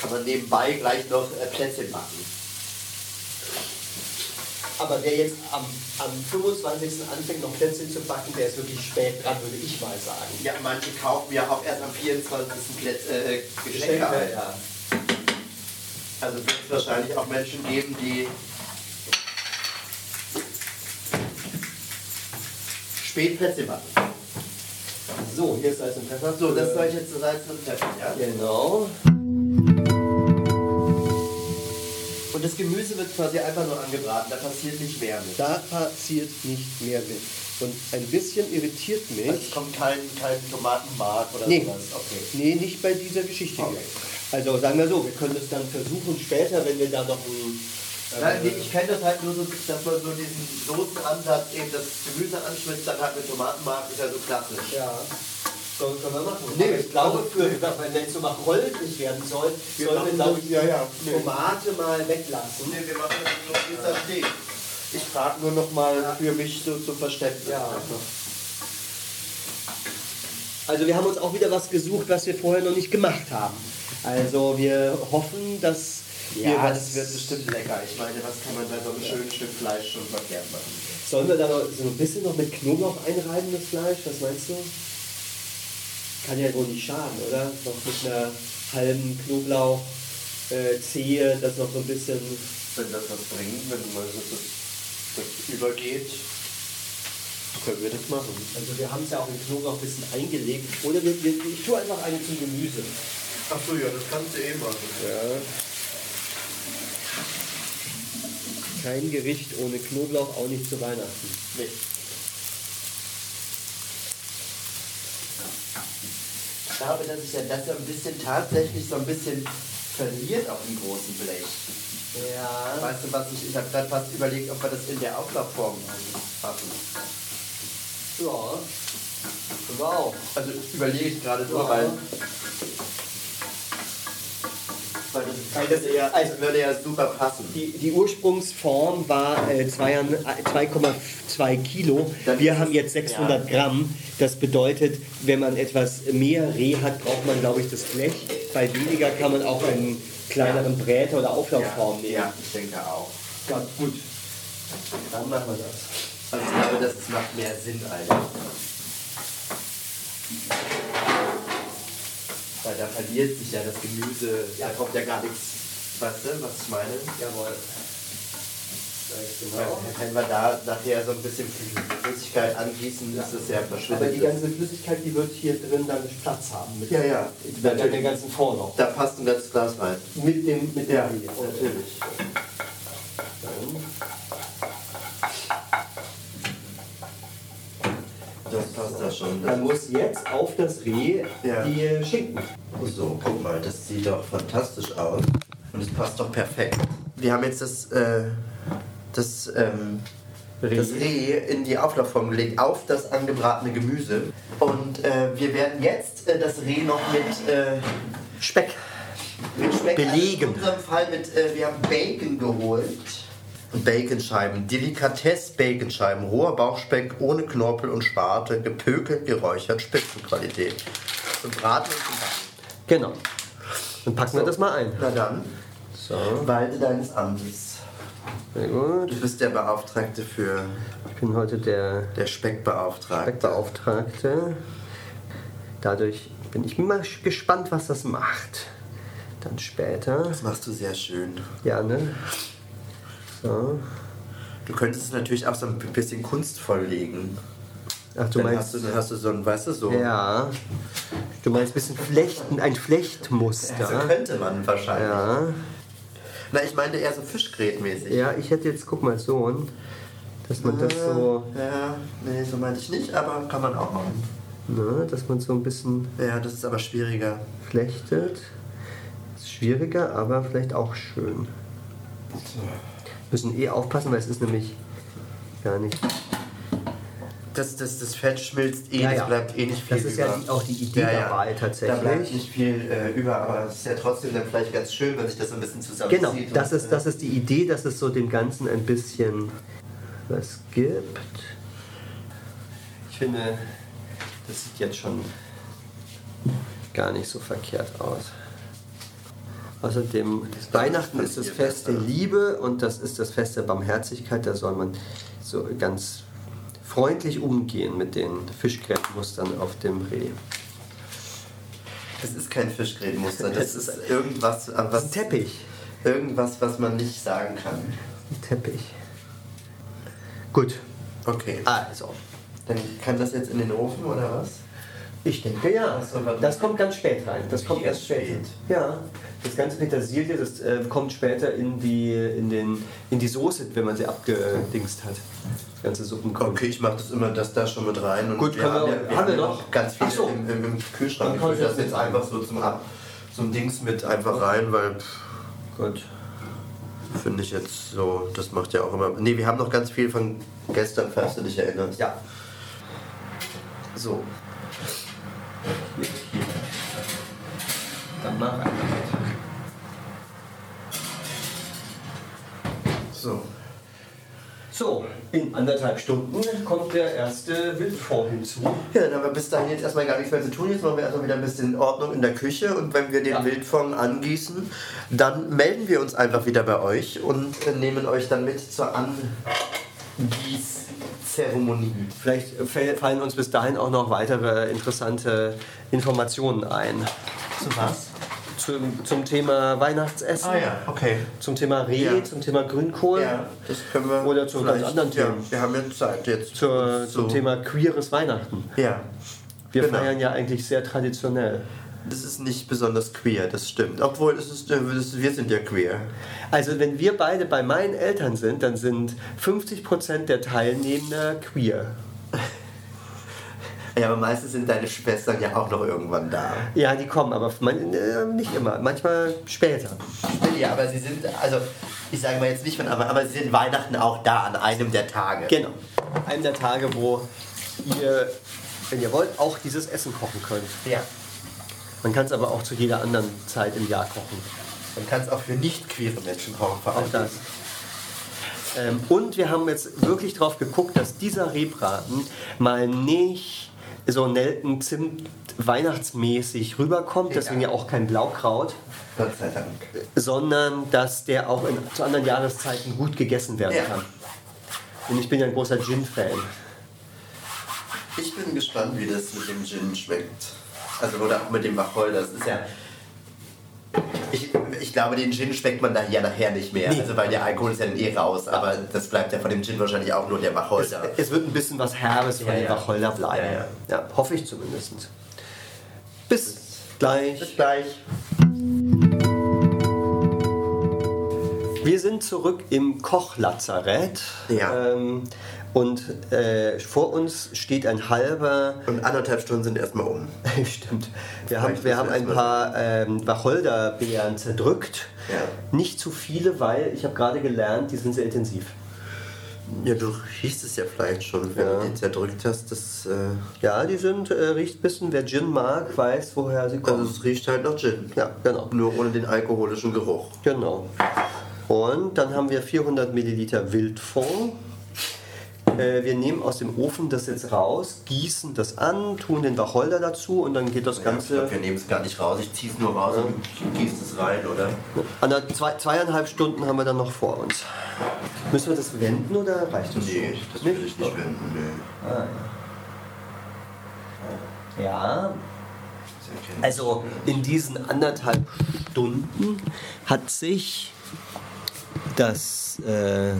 Speaker 1: Kann man nebenbei gleich noch äh, Plätzchen machen.
Speaker 2: Aber wer jetzt am, am 25. anfängt, noch Plätzchen zu backen, der ist wirklich spät dran, würde ich mal sagen.
Speaker 1: Ja, manche kaufen ja auch erst am 24. Plätz, äh, Geschenke. ein.
Speaker 2: ja.
Speaker 1: Also wird es wahrscheinlich auch Menschen geben, die spät Plätzchen machen.
Speaker 2: So, hier ist Salz und Pfeffer.
Speaker 1: So, das soll ich jetzt zur Salz und Pfeffer, ja?
Speaker 2: Genau.
Speaker 1: Und das Gemüse wird quasi einfach nur angebraten, da passiert nicht mehr mit.
Speaker 2: Da passiert nicht mehr mit. Und ein bisschen irritiert mich.
Speaker 1: Also Es kommt kein, kein Tomatenmark oder
Speaker 2: Nee.
Speaker 1: sowas. Okay.
Speaker 2: Nee, nicht bei dieser Geschichte
Speaker 1: Okay.
Speaker 2: hier. Also sagen wir so, wir können es dann versuchen später, wenn wir da noch ein. äh,
Speaker 1: Nein, nee, ich kenne das halt nur so, dass man so diesen Soßenansatz eben das Gemüse anschmilzt, dann halt mit Tomatenmark, ist ja so klassisch.
Speaker 2: Ja. Sollen können wir machen.
Speaker 1: Nee,
Speaker 2: Aber ich glaube, für, wenn es so machollig werden soll,
Speaker 1: Wir
Speaker 2: sollen wir
Speaker 1: machen
Speaker 2: glaube
Speaker 1: das-
Speaker 2: ich
Speaker 1: ja, ja.
Speaker 2: die Tomate mal weglassen.
Speaker 1: Nee, wir machen das so, wie es da steht. Ich frage nur noch mal für mich so zum Verständnis.
Speaker 2: Ja. Also wir haben uns auch wieder was gesucht, was wir vorher noch nicht gemacht haben. Also wir hoffen, dass wir
Speaker 1: Ja, das
Speaker 2: was
Speaker 1: wird bestimmt lecker. Ich meine, was kann man bei so einem schönen Stück Fleisch schon verkehrt machen?
Speaker 2: Sollen wir da noch so ein bisschen noch mit Knoblauch einreiben, das Fleisch? Was meinst du? Kann ja wohl nicht schaden, oder? Noch mit einer halben Knoblauch, äh, Zehe, das noch so ein bisschen.
Speaker 1: Wenn das was bringt, wenn mal so das, das übergeht, können wir das machen.
Speaker 2: Also wir haben es ja auch in Knoblauch ein bisschen eingelegt. Oder wir, wir, ich tue einfach eine zum Gemüse.
Speaker 1: Ach so, ja, das kannst du eh machen.
Speaker 2: Ja. Kein Gericht ohne Knoblauch, auch nicht zu Weihnachten.
Speaker 1: Nee. Ich glaube, dass sich ja das so ein bisschen tatsächlich so ein bisschen verliert auf dem großen Blech.
Speaker 2: Ja.
Speaker 1: Weißt du, was ich, ich habe gerade fast überlegt, ob wir das in der Auflaufform machen.
Speaker 2: Ja.
Speaker 1: So
Speaker 2: Wow.
Speaker 1: Also überlege ich gerade nur,
Speaker 2: Wow.
Speaker 1: weil. Weil das, das, eher, das würde ja super passen.
Speaker 2: Also, Die, die Ursprungsform war äh, 2,2 Kilo.
Speaker 1: Dann ist
Speaker 2: Wir
Speaker 1: es-
Speaker 2: haben jetzt 600 Gramm. Das bedeutet, wenn man etwas mehr Reh hat, braucht man, glaube ich, das Blech. Bei weniger kann man auch einen kleineren Bräter oder Auflaufform nehmen.
Speaker 1: ich denke auch.
Speaker 2: Ganz gut. Dann machen wir das.
Speaker 1: Also ich glaube, das macht mehr Sinn eigentlich. Weil da verliert sich ja das Gemüse, da kommt ja gar nichts. Weißt du, was ich meine?
Speaker 2: Jawohl.
Speaker 1: Weil Wenn wir da nachher so ein bisschen Flüssigkeit angießen, ist das ja
Speaker 2: Aber die
Speaker 1: verschwindet. das.
Speaker 2: ganze Flüssigkeit, die wird hier drin dann Platz haben. Mit
Speaker 1: Ja, ja,
Speaker 2: Mit der
Speaker 1: natürlich.
Speaker 2: ganzen Form noch.
Speaker 1: Da passt ein ganzes Glas rein.
Speaker 2: Mit dem, mit der
Speaker 1: Ja,
Speaker 2: Linie.
Speaker 1: natürlich. Das passt da schon. Das
Speaker 2: Man muss jetzt auf das Reh
Speaker 1: Ja.
Speaker 2: die Schinken.
Speaker 1: So, guck mal, das sieht doch fantastisch aus. Und es passt doch perfekt. Wir haben jetzt das, äh, das, ähm,
Speaker 2: Reh.
Speaker 1: das Reh in die Auflaufform gelegt, auf das angebratene Gemüse. Und äh, wir werden jetzt äh, das Reh noch mit, äh,
Speaker 2: Speck.
Speaker 1: mit Speck, Also
Speaker 2: Belegen.
Speaker 1: in unserem Fall mit, äh, wir haben Bacon geholt. Und Baconscheiben, Delikatesse Baconscheiben, roher Bauchspeck ohne Knorpel und Schwarte, gepökelt, geräuchert, Spitzenqualität. Zum Braten und zum Backen.
Speaker 2: Genau. Dann packen wir das mal ein.
Speaker 1: Na dann.
Speaker 2: So,
Speaker 1: Walde deines Amtes.
Speaker 2: sehr gut.
Speaker 1: Du bist der Beauftragte für
Speaker 2: Ich bin heute der
Speaker 1: der Speckbeauftragte.
Speaker 2: Speckbeauftragte. Dadurch bin ich mal gespannt, was das macht. Dann später.
Speaker 1: Das machst du sehr schön.
Speaker 2: Ja, ne? So.
Speaker 1: Du könntest es natürlich auch so ein bisschen kunstvoll legen.
Speaker 2: Ach, du
Speaker 1: dann
Speaker 2: meinst.
Speaker 1: hast du, dann hast du so ein, weißt du so.
Speaker 2: Ja. Du meinst ein bisschen Flechten, ein
Speaker 1: Also
Speaker 2: Flechtmuster.
Speaker 1: könnte man wahrscheinlich.
Speaker 2: Ja.
Speaker 1: Na, ich meinte eher so Fischgrätmäßig.
Speaker 2: Ja, ich hätte jetzt, guck mal, so ein. Dass man das so.
Speaker 1: Ja, nee, so meinte ich nicht, aber kann man auch machen.
Speaker 2: Ne, dass man so ein bisschen
Speaker 1: Ja, das ist aber schwieriger.
Speaker 2: flechtet. Ist schwieriger, aber vielleicht auch schön. Müssen eh aufpassen, weil es ist nämlich gar
Speaker 1: Eh,
Speaker 2: nicht.
Speaker 1: Das, das, das Fett schmilzt eh,
Speaker 2: Ja,
Speaker 1: das
Speaker 2: ja.
Speaker 1: bleibt eh nicht viel
Speaker 2: Das ist
Speaker 1: über.
Speaker 2: ja die- auch die Idee dabei tatsächlich.
Speaker 1: Da bleibt nicht viel äh, über, aber es ist ja trotzdem dann vielleicht ganz schön, wenn sich das so ein bisschen zusammenzieht.
Speaker 2: Genau,
Speaker 1: und,
Speaker 2: das ist,
Speaker 1: äh,
Speaker 2: das ist die Idee, dass es so dem Ganzen ein bisschen was gibt. Ich finde, das sieht jetzt schon gar nicht so verkehrt aus. Außerdem, Weihnachten ist das Fest der Liebe und das ist das Fest der Barmherzigkeit. Da soll man so ganz freundlich umgehen mit den Fischgrätmustern auf dem Reh.
Speaker 1: Das ist kein Fischgrätenmuster, das ist irgendwas, äh, was,
Speaker 2: Ein Teppich.
Speaker 1: irgendwas, was man nicht sagen kann.
Speaker 2: Ein Teppich. Gut,
Speaker 1: Okay.
Speaker 2: also.
Speaker 1: Dann kann das jetzt in den Ofen oder was?
Speaker 2: Ich denke ja.
Speaker 1: Ach so, warte.
Speaker 2: Das kommt ganz spät rein. Das kommt ganz
Speaker 1: Erst
Speaker 2: spät.
Speaker 1: spät.
Speaker 2: Ja. Das ganze Petersilie, das äh, kommt später in die, in, den, in die Soße, wenn man sie abgedingst hat. Die ganze Suppen kommt.
Speaker 1: Okay, ich mache das immer das da schon mit rein. Und
Speaker 2: Gut,
Speaker 1: wir
Speaker 2: können
Speaker 1: haben,
Speaker 2: wir-
Speaker 1: ja, wir
Speaker 2: haben
Speaker 1: haben
Speaker 2: wir
Speaker 1: ja
Speaker 2: noch?
Speaker 1: noch ganz viel
Speaker 2: Ach so.
Speaker 1: im, im, im Kühlschrank.
Speaker 2: Dann
Speaker 1: Ich
Speaker 2: kann
Speaker 1: will
Speaker 2: ich
Speaker 1: das
Speaker 2: das
Speaker 1: jetzt
Speaker 2: mit rein.
Speaker 1: einfach so zum Ab, zum Dings mit einfach rein, weil pff,
Speaker 2: Gut.
Speaker 1: finde ich jetzt so, das macht ja auch immer. Nee, wir haben noch ganz viel von gestern, falls du dich erinnerst.
Speaker 2: Ja.
Speaker 1: So,
Speaker 2: Hier. Dann mach einfach mit.
Speaker 1: so.
Speaker 2: So, in anderthalb Stunden kommt der erste Wildform hinzu.
Speaker 1: Ja, dann haben wir bis dahin jetzt erstmal gar nichts mehr zu tun. Jetzt machen wir erstmal wieder ein bisschen Ordnung in der Küche und wenn wir den
Speaker 2: Ja.
Speaker 1: Wildfond angießen, dann melden wir uns einfach wieder bei euch und äh, nehmen euch dann mit zur Angießzeremonie.
Speaker 2: Vielleicht fäll- fallen uns bis dahin auch noch weitere interessante Informationen ein.
Speaker 1: Zu was?
Speaker 2: Zum, zum Thema Weihnachtsessen.
Speaker 1: Ah ja, okay.
Speaker 2: Zum Thema Reh,
Speaker 1: Ja.
Speaker 2: zum Thema Grünkohl,
Speaker 1: Ja, das können wir.
Speaker 2: Oder zu ganz
Speaker 1: vielleicht-
Speaker 2: anderen Themen.
Speaker 1: Ja, wir haben jetzt Zeit jetzt.
Speaker 2: zur, zum
Speaker 1: So.
Speaker 2: Thema queeres Weihnachten.
Speaker 1: Ja.
Speaker 2: Wir
Speaker 1: Genau.
Speaker 2: feiern ja eigentlich sehr traditionell.
Speaker 1: Das ist nicht besonders queer, das stimmt. Obwohl, es ist, äh, das- wir sind ja queer.
Speaker 2: Also wenn wir beide bei meinen Eltern sind, dann sind 50% der Teilnehmer queer.
Speaker 1: Ja, aber meistens sind deine Schwestern ja auch noch irgendwann da.
Speaker 2: Ja, die kommen, aber man, äh, nicht immer, manchmal später.
Speaker 1: Ja, aber sie sind, also ich sage mal jetzt nicht von, aber, aber sie sind Weihnachten auch da an einem der Tage.
Speaker 2: Genau. Einem der Tage, wo ihr wenn ihr wollt, auch dieses Essen kochen könnt.
Speaker 1: Ja.
Speaker 2: Man kann es aber auch zu jeder anderen Zeit im Jahr kochen.
Speaker 1: Man kann es auch für nicht queere Menschen kochen, vor
Speaker 2: Auch das. Ähm, und wir haben jetzt wirklich drauf geguckt, dass dieser Rebraten mal nicht so Nelkenzimt weihnachtsmäßig rüberkommt, deswegen ja auch kein Blaukraut,
Speaker 1: Gott sei Dank.
Speaker 2: sondern dass der auch in, zu anderen Jahreszeiten gut gegessen werden
Speaker 1: Ja.
Speaker 2: kann. Und ich bin ja ein großer Gin-Fan.
Speaker 1: Ich bin gespannt, wie das mit dem Gin schmeckt. Also oder auch mit dem Wacholder. Das ist ja. Ich, ich glaube, den Gin schmeckt man da ja nachher nicht mehr.
Speaker 2: Nee.
Speaker 1: Also weil der Alkohol ist ja dann eh raus, aber das bleibt ja von dem Gin wahrscheinlich auch nur der
Speaker 2: Es,
Speaker 1: Wacholder.
Speaker 2: es wird ein bisschen was Herbes von
Speaker 1: Ja,
Speaker 2: dem
Speaker 1: ja.
Speaker 2: Wacholder bleiben.
Speaker 1: Ja,
Speaker 2: ja, hoffe ich zumindest. Bis gleich.
Speaker 1: Bis gleich.
Speaker 2: Wir sind zurück im Kochlazarett.
Speaker 1: Ja.
Speaker 2: Ähm, und äh, vor uns steht ein halber.
Speaker 1: Und anderthalb Stunden sind erstmal um.
Speaker 2: Stimmt. Wir haben,
Speaker 1: Vielleicht
Speaker 2: wir haben
Speaker 1: müssen
Speaker 2: ein
Speaker 1: wir
Speaker 2: paar ähm, Wacholderbeeren zerdrückt.
Speaker 1: Ja.
Speaker 2: Nicht zu viele, weil ich habe gerade gelernt, die sind sehr intensiv.
Speaker 1: Ja, du riechst es ja vielleicht schon, wenn
Speaker 2: Ja.
Speaker 1: du den zerdrückt hast. Das, äh,
Speaker 2: Ja, die sind, äh, riecht ein bisschen. Wer Gin mag, weiß, woher sie
Speaker 1: also
Speaker 2: kommen.
Speaker 1: es riecht halt nach Gin.
Speaker 2: ja, genau.
Speaker 1: Nur ohne den alkoholischen Geruch.
Speaker 2: Genau. Und dann haben wir 400 Milliliter Wildfond. Äh, Wir nehmen aus dem Ofen das jetzt raus, gießen das an, tun den Wacholder dazu und dann geht das
Speaker 1: Ja,
Speaker 2: Ganze
Speaker 1: ich glaub, wir nehmen es gar nicht raus. Ich zieh's nur raus und gießt es rein, oder?
Speaker 2: an der zwei, zweieinhalb Stunden haben wir dann noch vor uns. Müssen wir das wenden oder reicht das
Speaker 1: Nee,
Speaker 2: schon?
Speaker 1: das will ich nicht wenden. Nee.
Speaker 2: Ja,
Speaker 1: Das erkennt man.
Speaker 2: also in diesen anderthalb Stunden hat sich das äh,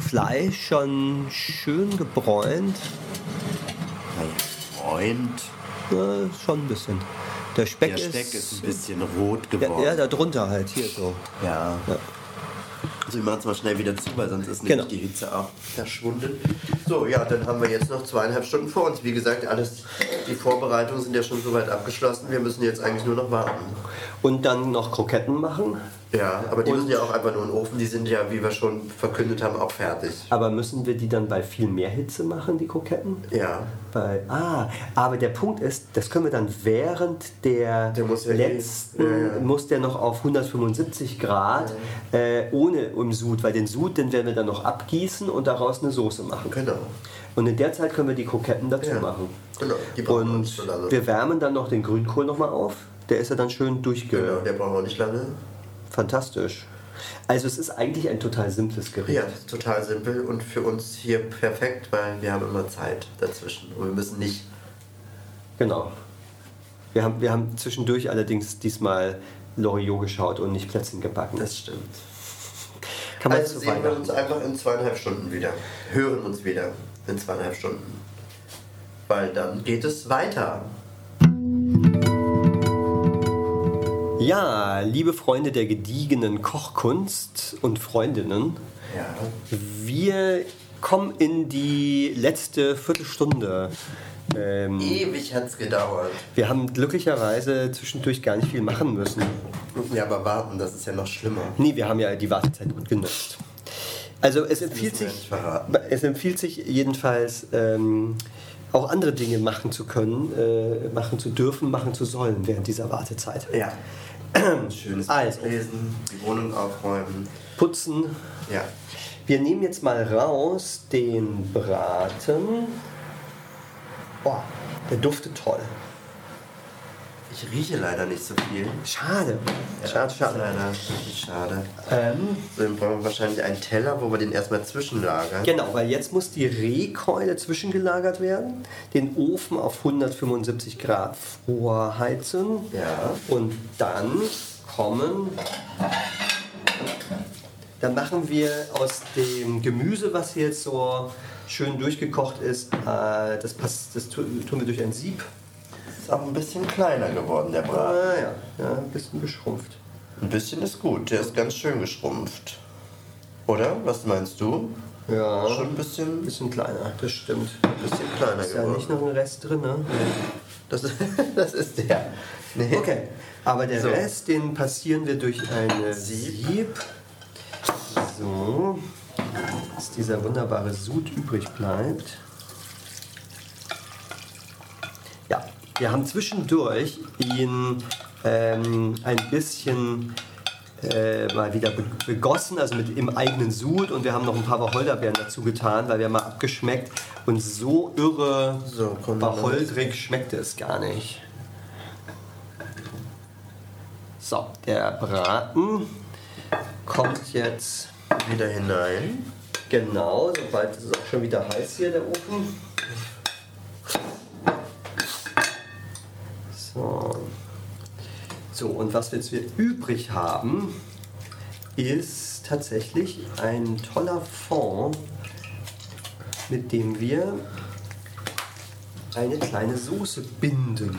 Speaker 2: Fleisch schon schön gebräunt.
Speaker 1: Mein Freund,
Speaker 2: Ja, schon ein bisschen. Der Speck,
Speaker 1: der
Speaker 2: ist,
Speaker 1: Speck ist ein bisschen rot
Speaker 2: ja,
Speaker 1: geworden.
Speaker 2: ja, da drunter halt, hier so.
Speaker 1: Ja.
Speaker 2: Ja.
Speaker 1: Also wir machen es mal schnell wieder zu, weil sonst ist
Speaker 2: Genau.
Speaker 1: nämlich die Hitze auch verschwunden. So, ja, dann haben wir jetzt noch zweieinhalb Stunden vor uns. Wie gesagt, alles, die Vorbereitungen sind ja schon soweit abgeschlossen. Wir müssen jetzt eigentlich nur noch warten.
Speaker 2: Und dann noch Kroketten machen,
Speaker 1: Ja, aber die
Speaker 2: Und-
Speaker 1: müssen ja auch einfach nur in den Ofen. Die sind ja, wie wir schon verkündet haben, auch fertig.
Speaker 2: aber müssen wir die dann bei viel mehr Hitze machen, die Kroketten?
Speaker 1: Ja.
Speaker 2: Bei, ah, aber der Punkt ist, das können wir dann während der,
Speaker 1: Der muss ja eh-
Speaker 2: letzten,
Speaker 1: ja, ja.
Speaker 2: muss der noch auf 175 Grad, äh, ohne im Sud, weil den Sud, den werden wir dann noch abgießen und daraus eine Soße machen.
Speaker 1: Genau.
Speaker 2: Und in der Zeit können wir die Kroketten dazu
Speaker 1: Ja.
Speaker 2: machen.
Speaker 1: Genau, die brauchen wir nicht so
Speaker 2: Und
Speaker 1: lange.
Speaker 2: wir wärmen dann noch den Grünkohl nochmal auf. Der ist ja dann schön durchge...
Speaker 1: Genau, der brauchen wir nicht lange.
Speaker 2: Fantastisch. Also es ist eigentlich ein total simples Gericht.
Speaker 1: Ja, total simpel und für uns hier perfekt, weil wir haben immer Zeit dazwischen und wir müssen nicht
Speaker 2: Genau. Wir haben, wir haben zwischendurch allerdings diesmal Loriot geschaut und nicht Plätzchen gebacken.
Speaker 1: Das stimmt.
Speaker 2: kann man
Speaker 1: Also
Speaker 2: zu
Speaker 1: sehen wir
Speaker 2: Weihnachten.
Speaker 1: uns einfach in zweieinhalb Stunden wieder. Hören uns wieder in zweieinhalb Stunden. Weil dann geht es weiter.
Speaker 2: Ja, liebe Freunde der gediegenen Kochkunst und Freundinnen,
Speaker 1: Ja.
Speaker 2: wir kommen in die letzte Viertelstunde. Ähm,
Speaker 1: Ewig hat's gedauert.
Speaker 2: wir haben glücklicherweise zwischendurch gar nicht viel machen müssen.
Speaker 1: Ja, aber warten, das ist ja noch schlimmer.
Speaker 2: Nee, wir haben ja die Wartezeit gut genutzt. Also es empfiehlt
Speaker 1: müssen wir
Speaker 2: sich,
Speaker 1: nicht verraten.
Speaker 2: es empfiehlt sich jedenfalls ähm, auch andere Dinge machen zu können, äh, machen zu dürfen, machen zu sollen während dieser Wartezeit.
Speaker 1: Ja. Schönes
Speaker 2: Also.
Speaker 1: also. Lesen, die Wohnung aufräumen.
Speaker 2: Putzen.
Speaker 1: Ja.
Speaker 2: Wir nehmen jetzt mal raus den Braten. Boah, der duftet toll.
Speaker 1: Ich rieche leider nicht so viel.
Speaker 2: Schade. Schade, schade.
Speaker 1: Leider, richtig schade.
Speaker 2: Ähm,
Speaker 1: So, Dann brauchen wir wahrscheinlich einen Teller, wo wir den erstmal zwischenlagern.
Speaker 2: Genau, weil jetzt muss die Rehkeule zwischengelagert werden, den Ofen auf 175 Grad vorheizen
Speaker 1: Ja.
Speaker 2: und dann kommen, dann machen wir aus dem Gemüse, was hier jetzt so schön durchgekocht ist, äh, das, passt, das tu- tun wir durch ein Sieb.
Speaker 1: Ist auch ein bisschen kleiner geworden, der
Speaker 2: Ah,
Speaker 1: Braten.
Speaker 2: ja, ja, ein bisschen geschrumpft.
Speaker 1: Ein bisschen ist gut, der ist ganz schön geschrumpft. Oder? Was meinst du?
Speaker 2: Ja,
Speaker 1: Schon ein
Speaker 2: ein
Speaker 1: bisschen,
Speaker 2: bisschen kleiner, das stimmt.
Speaker 1: bisschen kleiner
Speaker 2: Ist ja nicht
Speaker 1: geworden.
Speaker 2: noch ein Rest drin, ne?
Speaker 1: Das, das ist der. Nee.
Speaker 2: Okay, aber der
Speaker 1: So.
Speaker 2: Rest, den passieren wir durch eine Sieb. So, dass dieser wunderbare Sud übrig bleibt. Ja, wir haben zwischendurch ihn ähm, ein bisschen äh, mal wieder be- begossen, also mit im eigenen Sud und wir haben noch ein paar Wacholderbeeren dazu getan, weil wir haben mal abgeschmeckt und so irre
Speaker 3: So, komm, dann
Speaker 2: wacholdrig schmeckte es gar nicht. So, der Braten kommt jetzt
Speaker 3: Wieder hinein.
Speaker 2: genau, sobald es ist auch schon wieder heiß hier der Ofen. So. So, und was wir jetzt hier übrig haben, ist tatsächlich ein toller Fond, mit dem wir eine kleine Soße binden.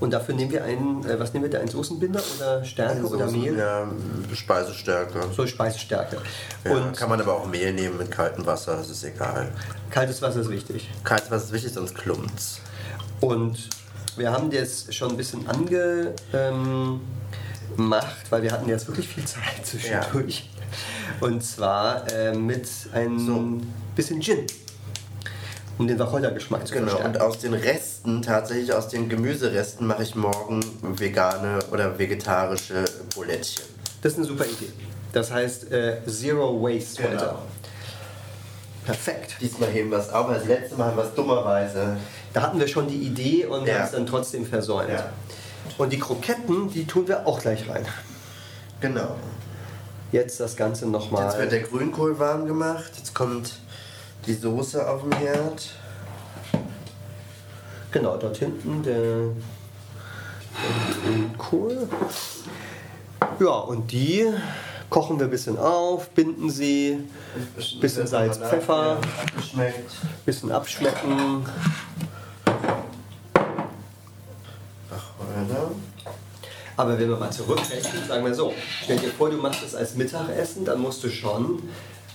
Speaker 2: Und dafür nehmen wir einen, äh, was nehmen wir da, einen Soßenbinder oder Stärke
Speaker 1: also
Speaker 2: oder Mehl?
Speaker 3: Ja, Speisestärke.
Speaker 2: so Speisestärke.
Speaker 1: Ja,
Speaker 2: und
Speaker 1: kann man aber auch Mehl nehmen mit kaltem Wasser, das ist egal.
Speaker 2: kaltes Wasser ist wichtig.
Speaker 1: Kaltes Wasser ist wichtig, sonst klumpt's.
Speaker 2: Und wir haben das schon ein bisschen angemacht, ähm, gemacht, weil wir hatten jetzt wirklich viel Zeit zwischendurch. Und zwar ähm, mit ein bisschen Gin, um den Wacholdergeschmack zu
Speaker 1: Genau,
Speaker 2: verstärken.
Speaker 1: und aus den Resten, tatsächlich aus den Gemüseresten, mache ich morgen vegane oder vegetarische Bulettchen.
Speaker 2: Das ist eine super Idee. Das heißt äh, Zero Waste
Speaker 1: Genau.
Speaker 2: heute. Perfekt.
Speaker 1: Diesmal heben wir es auf, das letzte Mal haben wir es dummerweise.
Speaker 2: Da hatten wir schon die Idee und
Speaker 1: Ja.
Speaker 2: haben es dann trotzdem versäumt.
Speaker 1: Ja.
Speaker 2: Und die Kroketten, die tun wir auch gleich rein.
Speaker 1: Genau.
Speaker 2: Jetzt das Ganze
Speaker 1: Jetzt wird
Speaker 2: nochmal.
Speaker 1: der Grünkohl warm gemacht, jetzt kommt die Soße auf den Herd.
Speaker 2: Genau, dort hinten der, der Grünkohl. Ja, und die kochen wir ein bisschen auf, binden sie, bisschen Salz, Pfeffer,
Speaker 1: Schmeckt.
Speaker 2: bisschen abschmecken.
Speaker 1: Wacholder.
Speaker 2: Aber wenn wir mal zurückrechnen, sagen wir so, stell dir vor, du machst es als Mittagessen, dann musst du schon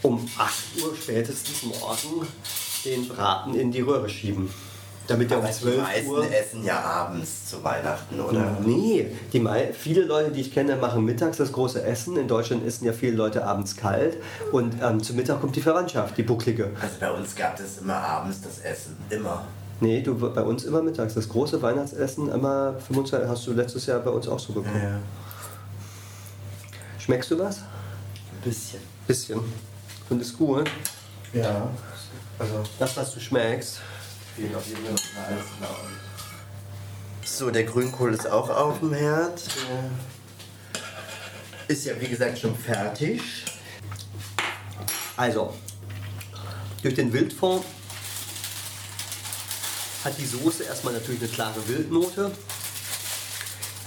Speaker 2: um 8 Uhr spätestens morgen den Braten in die Röhre schieben. Damit der um
Speaker 1: Die
Speaker 2: 12 Uhr...
Speaker 1: meisten essen ja abends zu Weihnachten, oder?
Speaker 2: Nee, die mei- viele Leute, die ich kenne, machen mittags das große Essen. In Deutschland essen ja viele Leute abends kalt. Und ähm, zum Mittag kommt die Verwandtschaft, die Bucklige.
Speaker 1: Also bei uns gab es immer abends das Essen. Immer.
Speaker 2: Nee, du bei uns immer mittags. Das große Weihnachtsessen immer 25, hast du letztes Jahr bei uns auch so bekommen.
Speaker 1: Ja.
Speaker 2: Schmeckst du was?
Speaker 1: Ein bisschen.
Speaker 2: Bisschen. Und ist gut.
Speaker 1: Ja. Also
Speaker 2: Das, was du schmeckst.
Speaker 1: fehlt auf jeden Fall alles glaube ich. So, der Grünkohl ist auch auf dem Herd. Ist ja wie gesagt schon fertig.
Speaker 2: Also, durch den Wildfond hat die Soße erstmal natürlich eine klare Wildnote.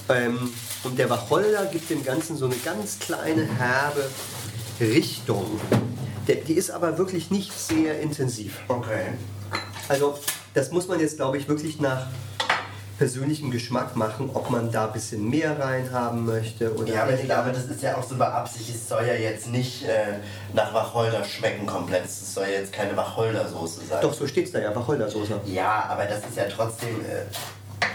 Speaker 2: Ähm, und der Wacholder gibt dem Ganzen so eine ganz kleine herbe Richtung. Der, die ist aber wirklich nicht sehr intensiv.
Speaker 1: Okay.
Speaker 2: Also, das muss man jetzt, glaube ich, wirklich nach persönlichem Geschmack machen, ob man da ein bisschen mehr reinhaben möchte oder
Speaker 1: Ja, aber ich
Speaker 2: weniger.
Speaker 1: glaube, das ist ja auch so beabsichtigt. Es soll ja jetzt nicht äh, nach Wacholder schmecken komplett. Es soll ja jetzt keine Wacholdersoße sein.
Speaker 2: Doch, so steht's da ja, Wacholdersoße.
Speaker 1: Ja, aber das ist ja trotzdem. Äh,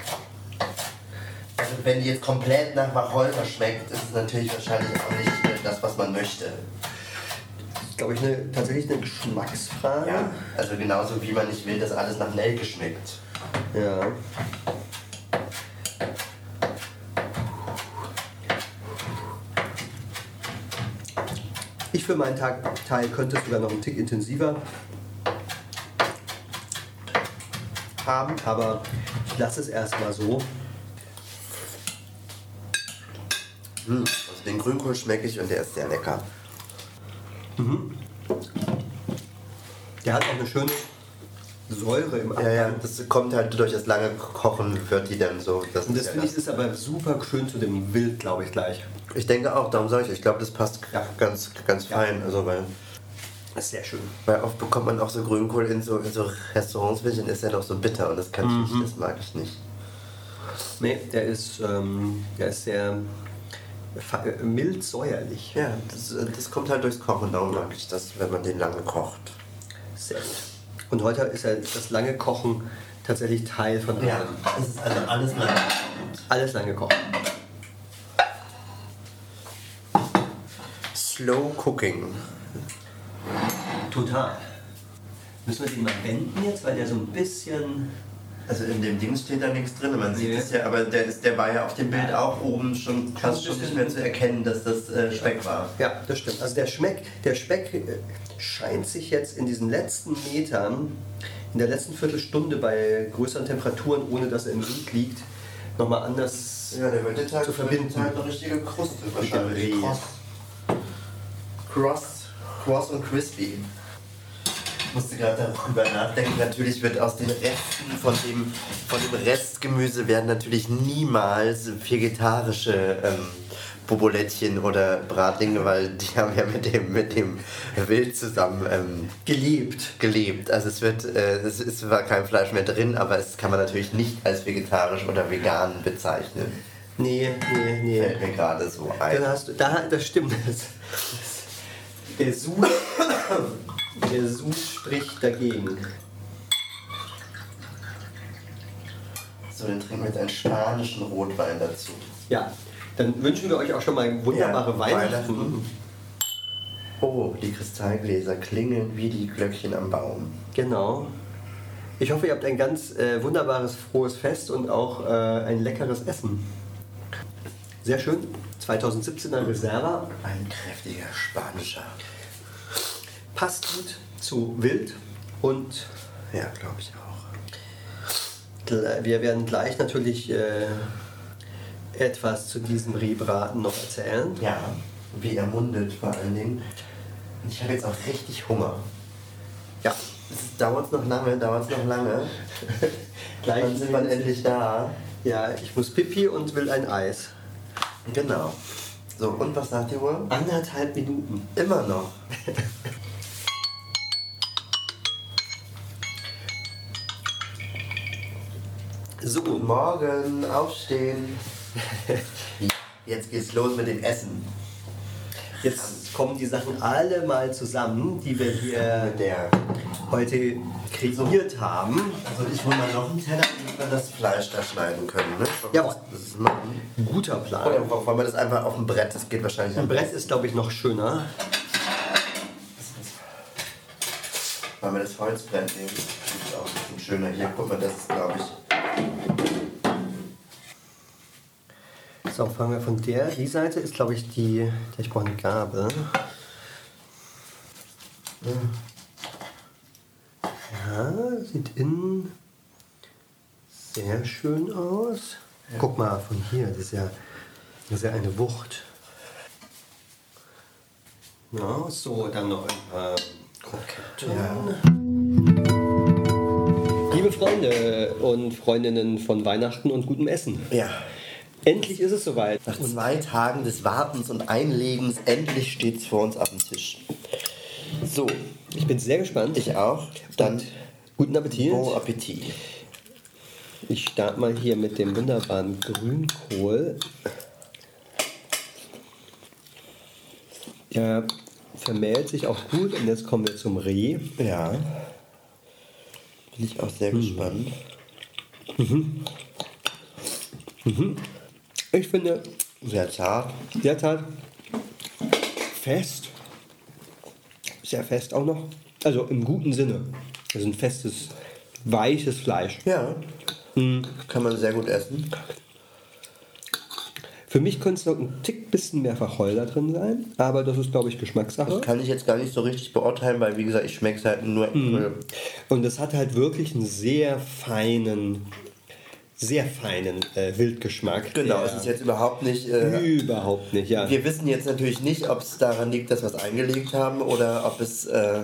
Speaker 1: also wenn die jetzt komplett nach Wacholder schmeckt, ist es natürlich wahrscheinlich auch nicht äh, das, was man möchte.
Speaker 2: Das ist, glaube ich, eine, tatsächlich eine Geschmacksfrage.
Speaker 1: Ja? Also genauso wie man nicht will, dass alles nach Nelke schmeckt.
Speaker 2: Ja. Ich für meinen Tag Teil könnte es sogar noch einen Tick intensiver haben, aber ich lasse es erstmal so.
Speaker 1: Also den Grünkohl schmecke ich und der ist sehr lecker.
Speaker 2: Der hat auch eine schöne Säure im Abgang.
Speaker 1: Ja, ja, das kommt halt durch das lange Kochen, wird die dann so. Das
Speaker 2: Und
Speaker 1: ist
Speaker 2: das
Speaker 1: ja
Speaker 2: finde ich ist aber super schön zu dem Wild, glaube ich, gleich.
Speaker 1: ich denke auch, darum sage ich, ich glaube, das passt
Speaker 2: Ja.
Speaker 1: ganz, ganz
Speaker 2: Ja.
Speaker 1: fein. Also, weil,
Speaker 2: Das ist sehr schön.
Speaker 1: weil oft bekommt man auch so Grünkohl in so, in so Restaurants, und ist ja doch so bitter und das kann ich nicht, das mag ich nicht.
Speaker 2: Nee, der ist, ähm, der ist sehr fa- äh, mild säuerlich.
Speaker 1: Ja, das, äh, das kommt halt durchs Kochen, darum mag ich das, wenn man den lange kocht.
Speaker 2: Sehr gut. Und heute ist ja das lange Kochen tatsächlich Teil von allem.
Speaker 1: das ist also alles mal.
Speaker 2: Alles lange Kochen.
Speaker 1: Slow Cooking.
Speaker 2: Total. Müssen wir den mal wenden jetzt, weil der so ein bisschen.
Speaker 1: Also in dem Ding steht da nichts drin, man sieht
Speaker 2: Nee.
Speaker 1: es ja, aber der, ist, der war ja auf dem Bild auch oben schon fast schon nicht mehr zu erkennen, dass das äh, Speck war.
Speaker 2: Ja, das stimmt. Also der Schmeck, der Speck äh, scheint sich jetzt in diesen letzten Metern, in der letzten Viertelstunde bei größeren Temperaturen, ohne dass er im Wind liegt, nochmal anders.
Speaker 1: Ja, der wird jetzt halt,
Speaker 2: Zu verbinden.
Speaker 1: wird jetzt halt eine richtige Kruste
Speaker 2: Riech.
Speaker 1: wahrscheinlich. Cross. Cross. Cross und Crispy. Ich musste gerade darüber nachdenken. Natürlich wird aus den Resten von dem, von dem Restgemüse werden natürlich niemals vegetarische ähm, Bobolettchen oder Bratlinge, weil die haben ja mit dem, mit dem Wild zusammen ähm,
Speaker 2: Geliebt.
Speaker 1: gelebt. Also es wird, äh, es ist war kein Fleisch mehr drin, aber es kann man natürlich nicht als vegetarisch oder vegan bezeichnen.
Speaker 2: Nee, nee, nee.
Speaker 1: Fällt mir gerade so ein.
Speaker 2: Dann hast du, da, das stimmt. Das, der Sud, der Sud spricht dagegen.
Speaker 1: So, dann trinken wir jetzt einen spanischen Rotwein dazu.
Speaker 2: Ja, dann wünschen wir euch auch schon mal wunderbare
Speaker 1: Ja,
Speaker 2: Weihnachten.
Speaker 1: Weihnachten. Oh, die Kristallgläser klingeln wie die Glöckchen am Baum.
Speaker 2: Genau. Ich hoffe, ihr habt ein ganz äh, wunderbares, frohes Fest und auch äh, ein leckeres Essen. Sehr schön. 2017er Reserva.
Speaker 1: Ein kräftiger spanischer.
Speaker 2: Passt gut zu Wild. Und
Speaker 1: Ja, glaube ich auch.
Speaker 2: gl- wir werden gleich natürlich äh, etwas zu diesem Rehbraten noch erzählen.
Speaker 1: Ja, wie ermundet vor allen Dingen. Und Ich habe jetzt auch richtig Hunger.
Speaker 2: Ja.
Speaker 1: Es dauert noch lange, dauert noch lange.
Speaker 2: Gleich-
Speaker 1: Dann sind wir endlich da.
Speaker 2: Ja, ich muss pipi und will ein Eis.
Speaker 1: Genau. So, und was sagt die Uhr?
Speaker 2: Anderthalb Minuten.
Speaker 1: Immer noch.
Speaker 2: So,
Speaker 1: Guten Morgen, aufstehen. Jetzt geht's los mit dem Essen.
Speaker 2: jetzt kommen die Sachen alle mal zusammen, die wir hier
Speaker 1: Mit der.
Speaker 2: heute kreiert haben.
Speaker 1: Also ich hole mal noch einen Teller, damit wir das Fleisch da schneiden können. Ne?
Speaker 2: Jawohl.
Speaker 1: Das ist machen.
Speaker 2: Guter
Speaker 1: Oder
Speaker 2: Plan.
Speaker 1: wollen wir das einfach auf dem Brett? Das geht wahrscheinlich
Speaker 2: Ein
Speaker 1: am
Speaker 2: Brett ist, glaube ich, noch schöner.
Speaker 1: Wollen wir das Holzbrett nehmen? Das ist auch ein bisschen schöner. Hier, guck mal, das ist, glaube ich.
Speaker 2: So, fangen wir von der. Die Seite ist, glaube ich, die. Ich brauche eine Gabel. Ja, sieht innen sehr schön aus. Guck mal von hier, das ist ja, das ist ja eine Wucht. Na, so, dann noch ein paar Kroketten. Liebe Freunde und Freundinnen von Weihnachten und gutem Essen.
Speaker 1: Ja.
Speaker 2: Endlich ist es soweit.
Speaker 1: Nach zwei Tagen des Wartens und Einlegens, endlich steht's vor uns auf dem Tisch. So,
Speaker 2: Ich bin sehr gespannt.
Speaker 1: ich auch. Dann
Speaker 2: Guten Appetit.
Speaker 1: bon Appetit.
Speaker 2: Ich starte mal hier mit dem wunderbaren Grünkohl. Der vermählt sich auch gut und jetzt kommen wir zum Reh.
Speaker 1: Ja. Bin ich auch sehr gespannt.
Speaker 2: Ich finde,
Speaker 1: Sehr zart.
Speaker 2: der Tat fest. Sehr fest auch noch. Also im guten Sinne. Das ist ein festes, weiches Fleisch.
Speaker 1: Ja. Kann man sehr gut essen.
Speaker 2: Für mich könnte es noch ein Tick bisschen mehr Wacholder drin sein, aber das ist, glaube ich, Geschmackssache.
Speaker 1: Kann ich jetzt gar nicht so richtig beurteilen, weil wie gesagt, ich schmecke es halt nur.
Speaker 2: Und das hat halt wirklich einen sehr feinen, sehr feinen äh, Wildgeschmack.
Speaker 1: Genau,
Speaker 2: der
Speaker 1: es ist jetzt überhaupt nicht. Äh,
Speaker 2: überhaupt nicht, ja.
Speaker 1: wir wissen jetzt natürlich nicht, ob es daran liegt, dass wir es eingelegt haben oder ob es äh,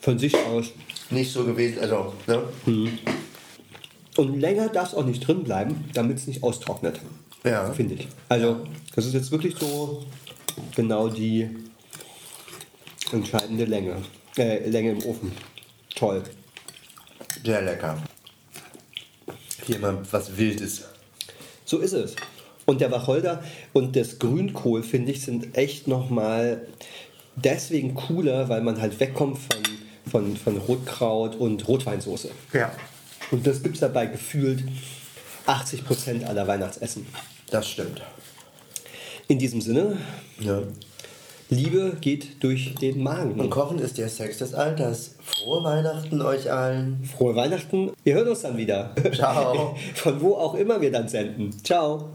Speaker 2: Von sich aus.
Speaker 1: nicht so gewesen ist. Also, ne?
Speaker 2: Und länger darf es auch nicht drin bleiben, damit es nicht austrocknet.
Speaker 1: Ja.
Speaker 2: Finde ich. Also, das ist jetzt wirklich so genau die entscheidende Länge. Äh, Länge im Ofen. Toll.
Speaker 1: Sehr lecker. Hier mal was Wildes.
Speaker 2: So ist es. Und der Wacholder und das Grünkohl, finde ich, sind echt nochmal deswegen cooler, weil man halt wegkommt von, von, von Rotkraut und Rotweinsoße.
Speaker 1: Ja.
Speaker 2: Und das gibt es dabei gefühlt 80% aller Weihnachtsessen.
Speaker 1: Das stimmt.
Speaker 2: In diesem Sinne,
Speaker 1: Ja.
Speaker 2: Liebe geht durch den Magen.
Speaker 1: Ne? Und Kochen ist der Sex des Alters. Frohe Weihnachten euch allen.
Speaker 2: Frohe Weihnachten. Wir hören uns dann wieder.
Speaker 1: Ciao.
Speaker 2: Von wo auch immer wir dann senden. Ciao.